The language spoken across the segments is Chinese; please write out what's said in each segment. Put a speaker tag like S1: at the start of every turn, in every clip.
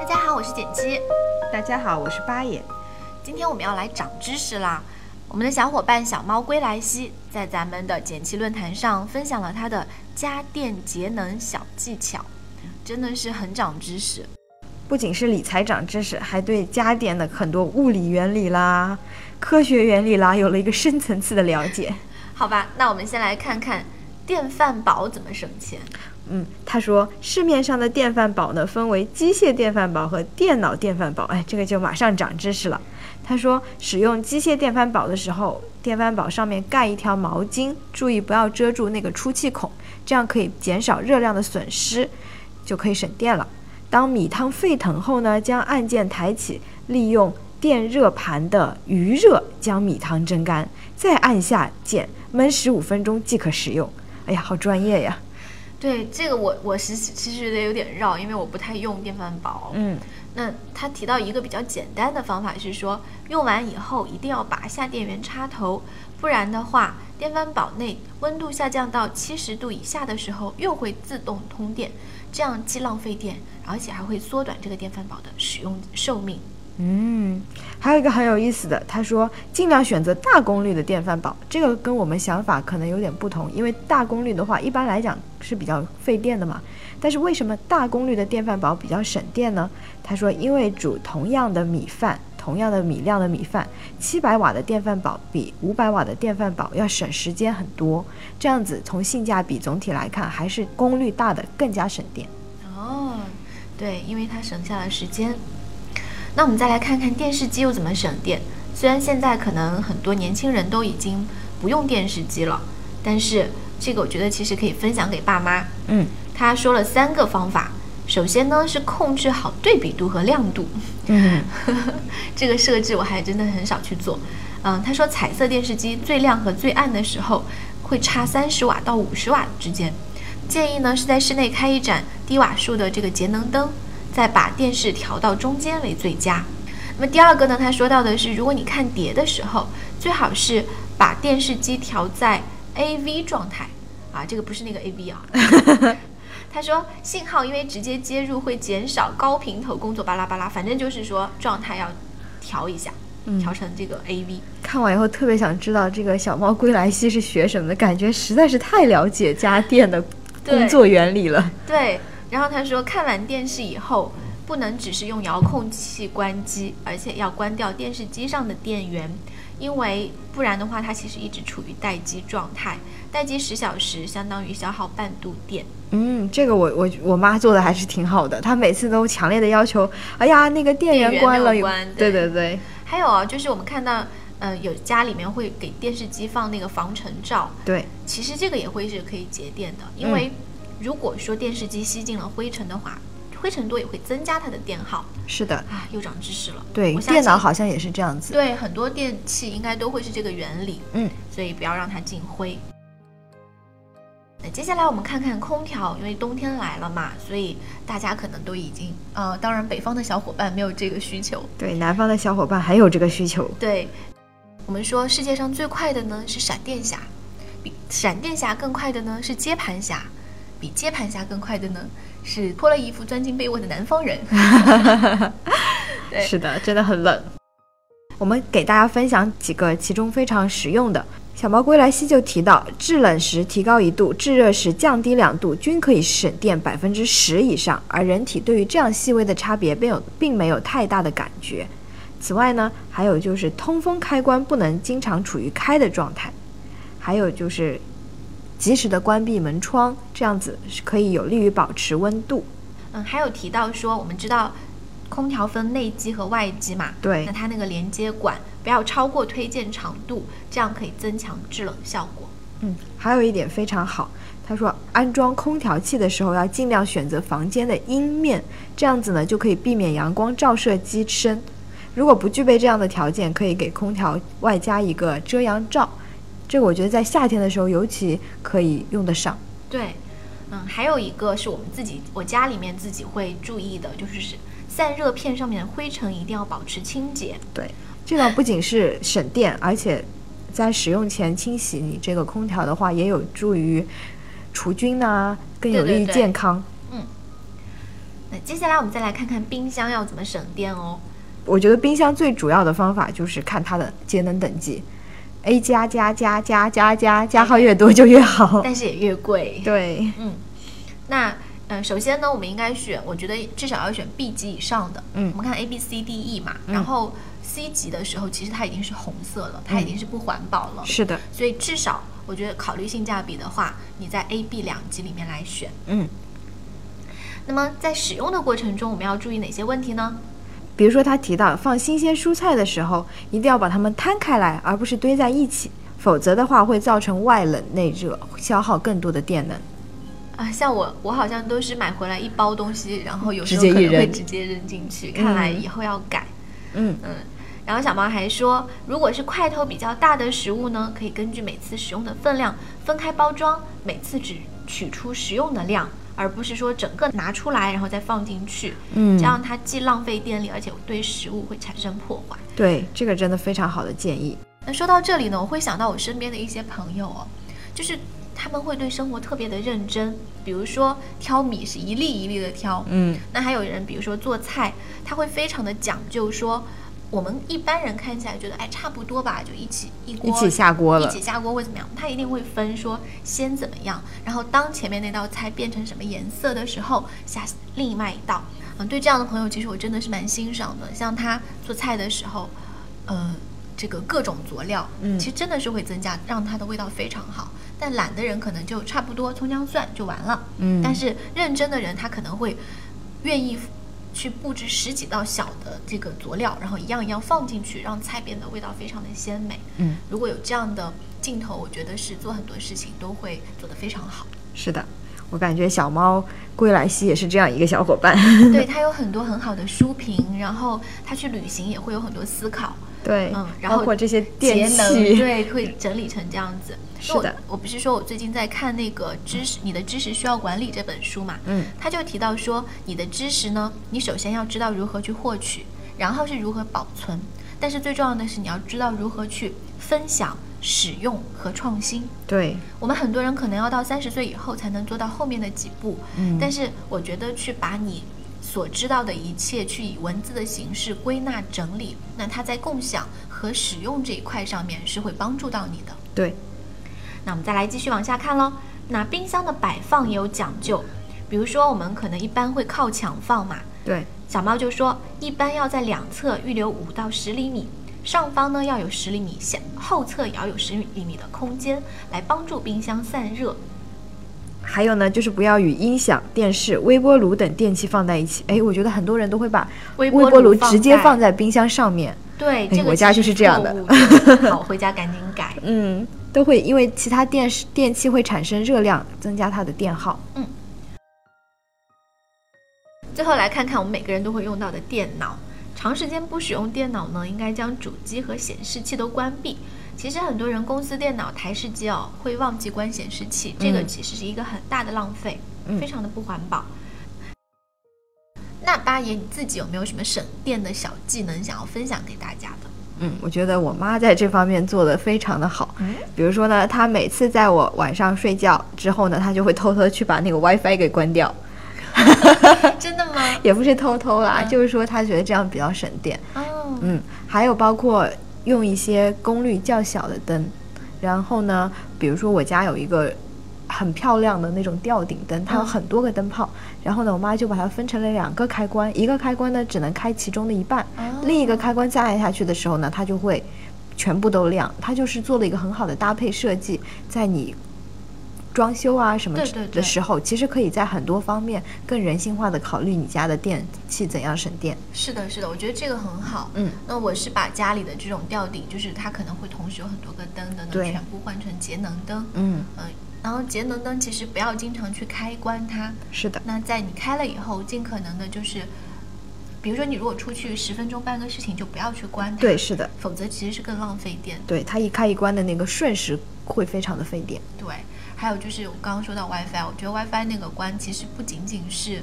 S1: 大家好，我是减七，
S2: 大家好，我是八也，
S1: 今天我们要来长知识啦。我们的小伙伴小猫归来兮在咱们的减七论坛上分享了他的家电节能小技巧，真的是很长知识。
S2: 不仅是理财长知识，还对家电的很多物理原理啦、科学原理啦有了一个深层次的了解。
S1: 好吧，那我们先来看看电饭煲怎么省钱。
S2: 嗯，他说市面上的电饭煲呢，分为机械电饭煲和电脑电饭煲。哎，这个就马上长知识了。他说，使用机械电饭煲的时候，电饭煲上面盖一条毛巾，注意不要遮住那个出气孔，这样可以减少热量的损失，就可以省电了。当米汤沸腾后呢，将按键抬起，利用电热盘的余热将米汤蒸干，再按下键焖十五分钟即可食用。哎呀，好专业呀！
S1: 对这个我，我实其实觉得有点绕，因为我不太用电饭煲。
S2: 嗯，
S1: 那他提到一个比较简单的方法是说，用完以后一定要拔下电源插头，不然的话，电饭煲内温度下降到七十度以下的时候，又会自动通电，这样既浪费电，而且还会缩短这个电饭煲的使用寿命。
S2: 嗯，还有一个很有意思的，他说尽量选择大功率的电饭煲，这个跟我们想法可能有点不同，因为大功率的话一般来讲是比较费电的嘛。但是为什么大功率的电饭煲比较省电呢？他说，因为煮同样的米饭，同样的米量的米饭，七百瓦的电饭煲比五百瓦的电饭煲要省时间很多，这样子从性价比总体来看，还是功率大的更加省电。
S1: 哦，对，因为它省下了时间。那我们再来看看电视机又怎么省电。虽然现在可能很多年轻人都已经不用电视机了，但是这个我觉得其实可以分享给爸妈。
S2: 嗯
S1: 他说了三个方法，首先呢是控制好对比度和亮度，
S2: 嗯，
S1: 这个设置我还真的很少去做。嗯，他说彩色电视机最亮和最暗的时候会差三十瓦到五十瓦之间，建议呢是在室内开一盏低瓦数的这个节能灯，再把电视调到中间为最佳。那么第二个呢，他说到的是，如果你看碟的时候，最好是把电视机调在 AV 状态啊，这个不是那个 AV 啊，他说信号因为直接接入会减少高频头工作，巴拉巴拉，反正就是说状态要调一下，调成这个 AV。
S2: 看完以后特别想知道这个小猫归来兮是学什么的，感觉实在是太了解家电的
S1: 对
S2: 工作原理了。
S1: 对，然后他说看完电视以后，不能只是用遥控器关机，而且要关掉电视机上的电源，因为不然的话，它其实一直处于待机状态，待机十小时相当于消耗半度电。
S2: 嗯，这个我我我妈做的还是挺好的，她每次都强烈的要求，哎呀，那个电源
S1: 电源
S2: 关了，
S1: 没有关
S2: 对
S1: 对
S2: 对对，
S1: 还有啊，就是我们看到，呃，有家里面会给电视机放那个防尘罩，
S2: 对，
S1: 其实这个也会是可以节电
S2: 嗯
S1: 的，因为如果说电视机吸进了灰尘的话，灰尘多也会增加它的电耗
S2: 是的，
S1: 啊，又长知识了。
S2: 对，
S1: 我相信
S2: 电脑好像也是这样子。
S1: 对很多电器应该都会是这个原理，
S2: 嗯，
S1: 所以不要让它进灰。那接下来我们看看空调，因为冬天来了嘛，所以大家可能都已经，呃，当然北方的小伙伴没有这个需求，
S2: 对，南方的小伙伴还有这个需求，
S1: 对，我们说世界上最快的呢是闪电侠，比闪电侠更快的呢是接盘侠，比接盘侠更快的呢是脱了衣服钻进被窝的南方人。对
S2: 是的，真的很冷。我们给大家分享几个其中非常实用的。小毛归来兮就提到，制冷时提高一度，制热时降低两度，均可以省电百分之十以上。而人体对于这样细微的差别，并有并没有太大的感觉。此外呢，还有就是通风开关不能经常处于开的状态，还有就是及时的关闭门窗，这样子是可以有利于保持温度。
S1: 嗯，还有提到说，我们知道空调分内机和外机嘛，
S2: 对
S1: 那它那个连接管不要超过推荐长度，这样可以增强制冷效果。
S2: 嗯，还有一点非常好，他说，安装空调器的时候要尽量选择房间的阴面，这样子呢就可以避免阳光照射机身。如果不具备这样的条件，可以给空调外加一个遮阳罩。这个我觉得在夏天的时候尤其可以用得上。
S1: 对，嗯，还有一个是我们自己，我家里面自己会注意的，就是散热片上面的灰尘一定要保持清洁。
S2: 对，这个不仅是省电，而且在使用前清洗你这个空调的话，也有助于除菌呐、更有利
S1: 对
S2: 于
S1: 对对
S2: 健康。
S1: 那接下来我们再来看看冰箱要怎么省电哦。
S2: 我觉得冰箱最主要的方法就是看它的节能等级，A 加加加加加加加号越多就越好。
S1: 但是也越贵。
S2: 对，
S1: 那呃，首先呢，我们应该选，我觉得至少要选 B 级以上的。
S2: 嗯
S1: 我们看 A、B、C、D、E 嘛，然后 C 级的时候，其实它已经是红色了，它已经
S2: 嗯
S1: 是不环保了。
S2: 是的，
S1: 所以至少我觉得考虑性价比的话，你在 A、B 两级里面来选。
S2: 嗯，
S1: 那么在使用的过程中，我们要注意哪些问题呢？
S2: 比如说他提到放新鲜蔬菜的时候，一定要把它们摊开来，而不是堆在一起，否则的话会造成外冷内热，消耗更多的电能。
S1: 啊，像我，我好像都是买回来一包东西，然后有时候
S2: 直接
S1: 可
S2: 一
S1: 能会
S2: 扔
S1: 直接扔进去，看来以后要改。
S2: 嗯
S1: 嗯。然后小毛还说，如果是块头比较大的食物呢，可以根据每次使用的分量分开包装，每次只取出食用的量，而不是说整个拿出来然后再放进去。
S2: 嗯
S1: 这样它既浪费电力，而且对食物会产生破坏。
S2: 对，这个真的非常好的建议。
S1: 那说到这里呢，我会想到我身边的一些朋友哦，就是他们会对生活特别的认真，比如说挑米是一粒一粒的挑，
S2: 嗯，
S1: 那还有人比如说做菜，他会非常的讲究说。我们一般人看起来觉得，哎，差不多吧，就一起一锅
S2: 一起下锅了
S1: 一起下锅会怎么样？他一定会分说先怎么样，然后当前面那道菜变成什么颜色的时候，下另外一道。嗯，对这样的朋友，其实我真的是蛮欣赏的。像他做菜的时候，呃，这个各种佐料，
S2: 嗯
S1: 其实真的是会增加，让它的味道非常好。但懒的人可能就差不多葱姜蒜就完了，
S2: 嗯
S1: 但是认真的人，他可能会愿意去布置十几道小的这个佐料，然后一样一样放进去，让菜变得味道非常的鲜美。
S2: 嗯，
S1: 如果有这样的镜头，我觉得是做很多事情都会做得非常好。
S2: 是的，我感觉小猫归来兮也是这样一个小伙伴。
S1: 对他有很多很好的书评，然后他去旅行也会有很多思考。
S2: 对，
S1: 嗯，然后
S2: 包括这些
S1: 节
S2: 电
S1: 能，
S2: 器，
S1: 对，会整理成这样子。
S2: 是
S1: 因为
S2: 的
S1: 我我不是说我最近在看那个知识，你的知识需要管理这本书嘛？
S2: 嗯，
S1: 他就提到说，你的知识呢，你首先要知道如何去获取，然后是如何保存，但是最重要的是你要知道如何去分享、使用和创新。
S2: 对，
S1: 我们很多人可能要到三十岁以后才能做到后面的几步，
S2: 嗯
S1: 但是我觉得去把你所知道的一切去以文字的形式归纳整理，那它在共享和使用这一块上面是会帮助到你的。
S2: 对，
S1: 那我们再来继续往下看喽。那冰箱的摆放也有讲究，比如说我们可能一般会靠墙放嘛，
S2: 对，
S1: 小猫就说，一般要在两侧预留五到十厘米，上方呢要有十厘米，下后侧也要有十厘米的空间，来帮助冰箱散热。
S2: 还有呢，就是不要与音响、电视、微波炉等电器放在一起。哎，我觉得很多人都会把
S1: 微
S2: 波
S1: 波
S2: 炉
S1: 炉
S2: 直接放
S1: 放
S2: 在冰箱上面，
S1: 对，
S2: 哎
S1: 这个
S2: 我家
S1: 其
S2: 就
S1: 实
S2: 是这样
S1: 错
S2: 的
S1: 误 的。好，回家赶紧改。
S2: 嗯，都会因为其他电视电器会产生热量，增加它的电耗。
S1: 最后来看看我们每个人都会用到的电脑。长时间不使用电脑呢，应该将主机和显示器都关闭。其实很多人公司电脑台式机哦会忘记关显示器，这个
S2: 嗯
S1: 其实是一个很大的浪费，
S2: 嗯
S1: 非常的不环保。那八爷你自己有没有什么省电的小技能想要分享给大家的？
S2: 嗯，我觉得我妈在这方面做的非常的好。
S1: 嗯
S2: 比如说呢，她每次在我晚上睡觉之后呢，她就会偷偷去把那个 WiFi 给关掉，
S1: 哎真的吗？
S2: 也不是偷偷啦，
S1: 嗯
S2: 就是说她觉得这样比较省电。
S1: 哦，
S2: 嗯，还有包括用一些功率较小的灯，然后呢，比如说我家有一个很漂亮的那种吊顶灯，它有
S1: 嗯
S2: 很多个灯泡，然后呢，我妈就把它分成了两个开关，一个开关呢只能开其中的一半，
S1: 哦
S2: 另一个开关再按下去的时候呢，它就会全部都亮，它就是做了一个很好的搭配设计，在你。装修啊什么
S1: 对对对
S2: 的时候，其实可以在很多方面更人性化的考虑你家的电器怎样省电。
S1: 是的，是的，我觉得这个很好。
S2: 嗯，
S1: 那我是把家里的这种吊顶，就是它可能会同时有很多个灯等等，
S2: 对
S1: 全部换成节能灯。
S2: 嗯，
S1: 嗯、然后节能灯其实不要经常去开关它，
S2: 是的，
S1: 那在你开了以后，尽可能的就是，比如说你如果出去十分钟办个事情，就不要去关它，
S2: 对，，是的，
S1: 否则其实是更浪费电。
S2: 对，它一开一关的那个瞬时会非常的费电。
S1: 对，还有就是我刚刚说到 WiFi，我觉得 WiFi 那个关其实不仅仅是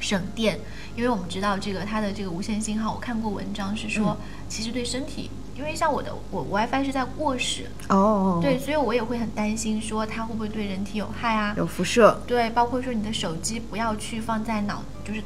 S1: 省电，因为我们知道这个它的这个无线信号，我看过文章是说，
S2: 嗯
S1: 其实对身体，因为像我的我 WiFi 是在卧室，
S2: 哦，
S1: 对，，所以我也会很担心说它会不会对人体有害啊？
S2: 有辐射，
S1: 对，包括说你的手机不要去放在脑，就是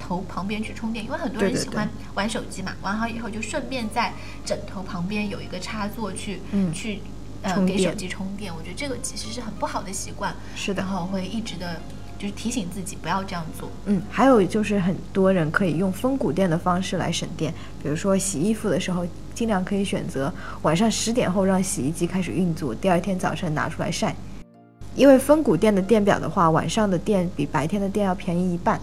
S1: 头旁边去充电，因为很多
S2: 对
S1: 人
S2: 对
S1: 喜
S2: 对
S1: 欢玩手机嘛，玩好以后就顺便在枕头旁边有一个插座去、
S2: 嗯
S1: 去呃
S2: 充
S1: 给手
S2: 电
S1: 机充电。我觉得这个其实是很不好的习惯，
S2: 是的
S1: 然。后会一直的就是提醒自己不要这样做。
S2: 嗯，还有就是很多人可以用分骨电的方式来省电，比如说洗衣服的时候，尽量可以选择晚上十点后让洗衣机开始运作，第二天早晨拿出来晒。因为分骨电的电表的话，晚上的电比白天的电要便宜一半。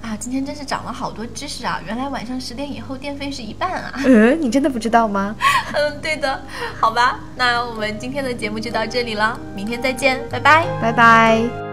S1: 啊，今天真是长了好多知识啊！原来晚上十点以后电费是一半啊。
S2: 嗯，你真的不知道吗？
S1: 嗯，对的，好吧，那我们今天的节目就到这里了，明天再见，拜拜。
S2: 拜拜。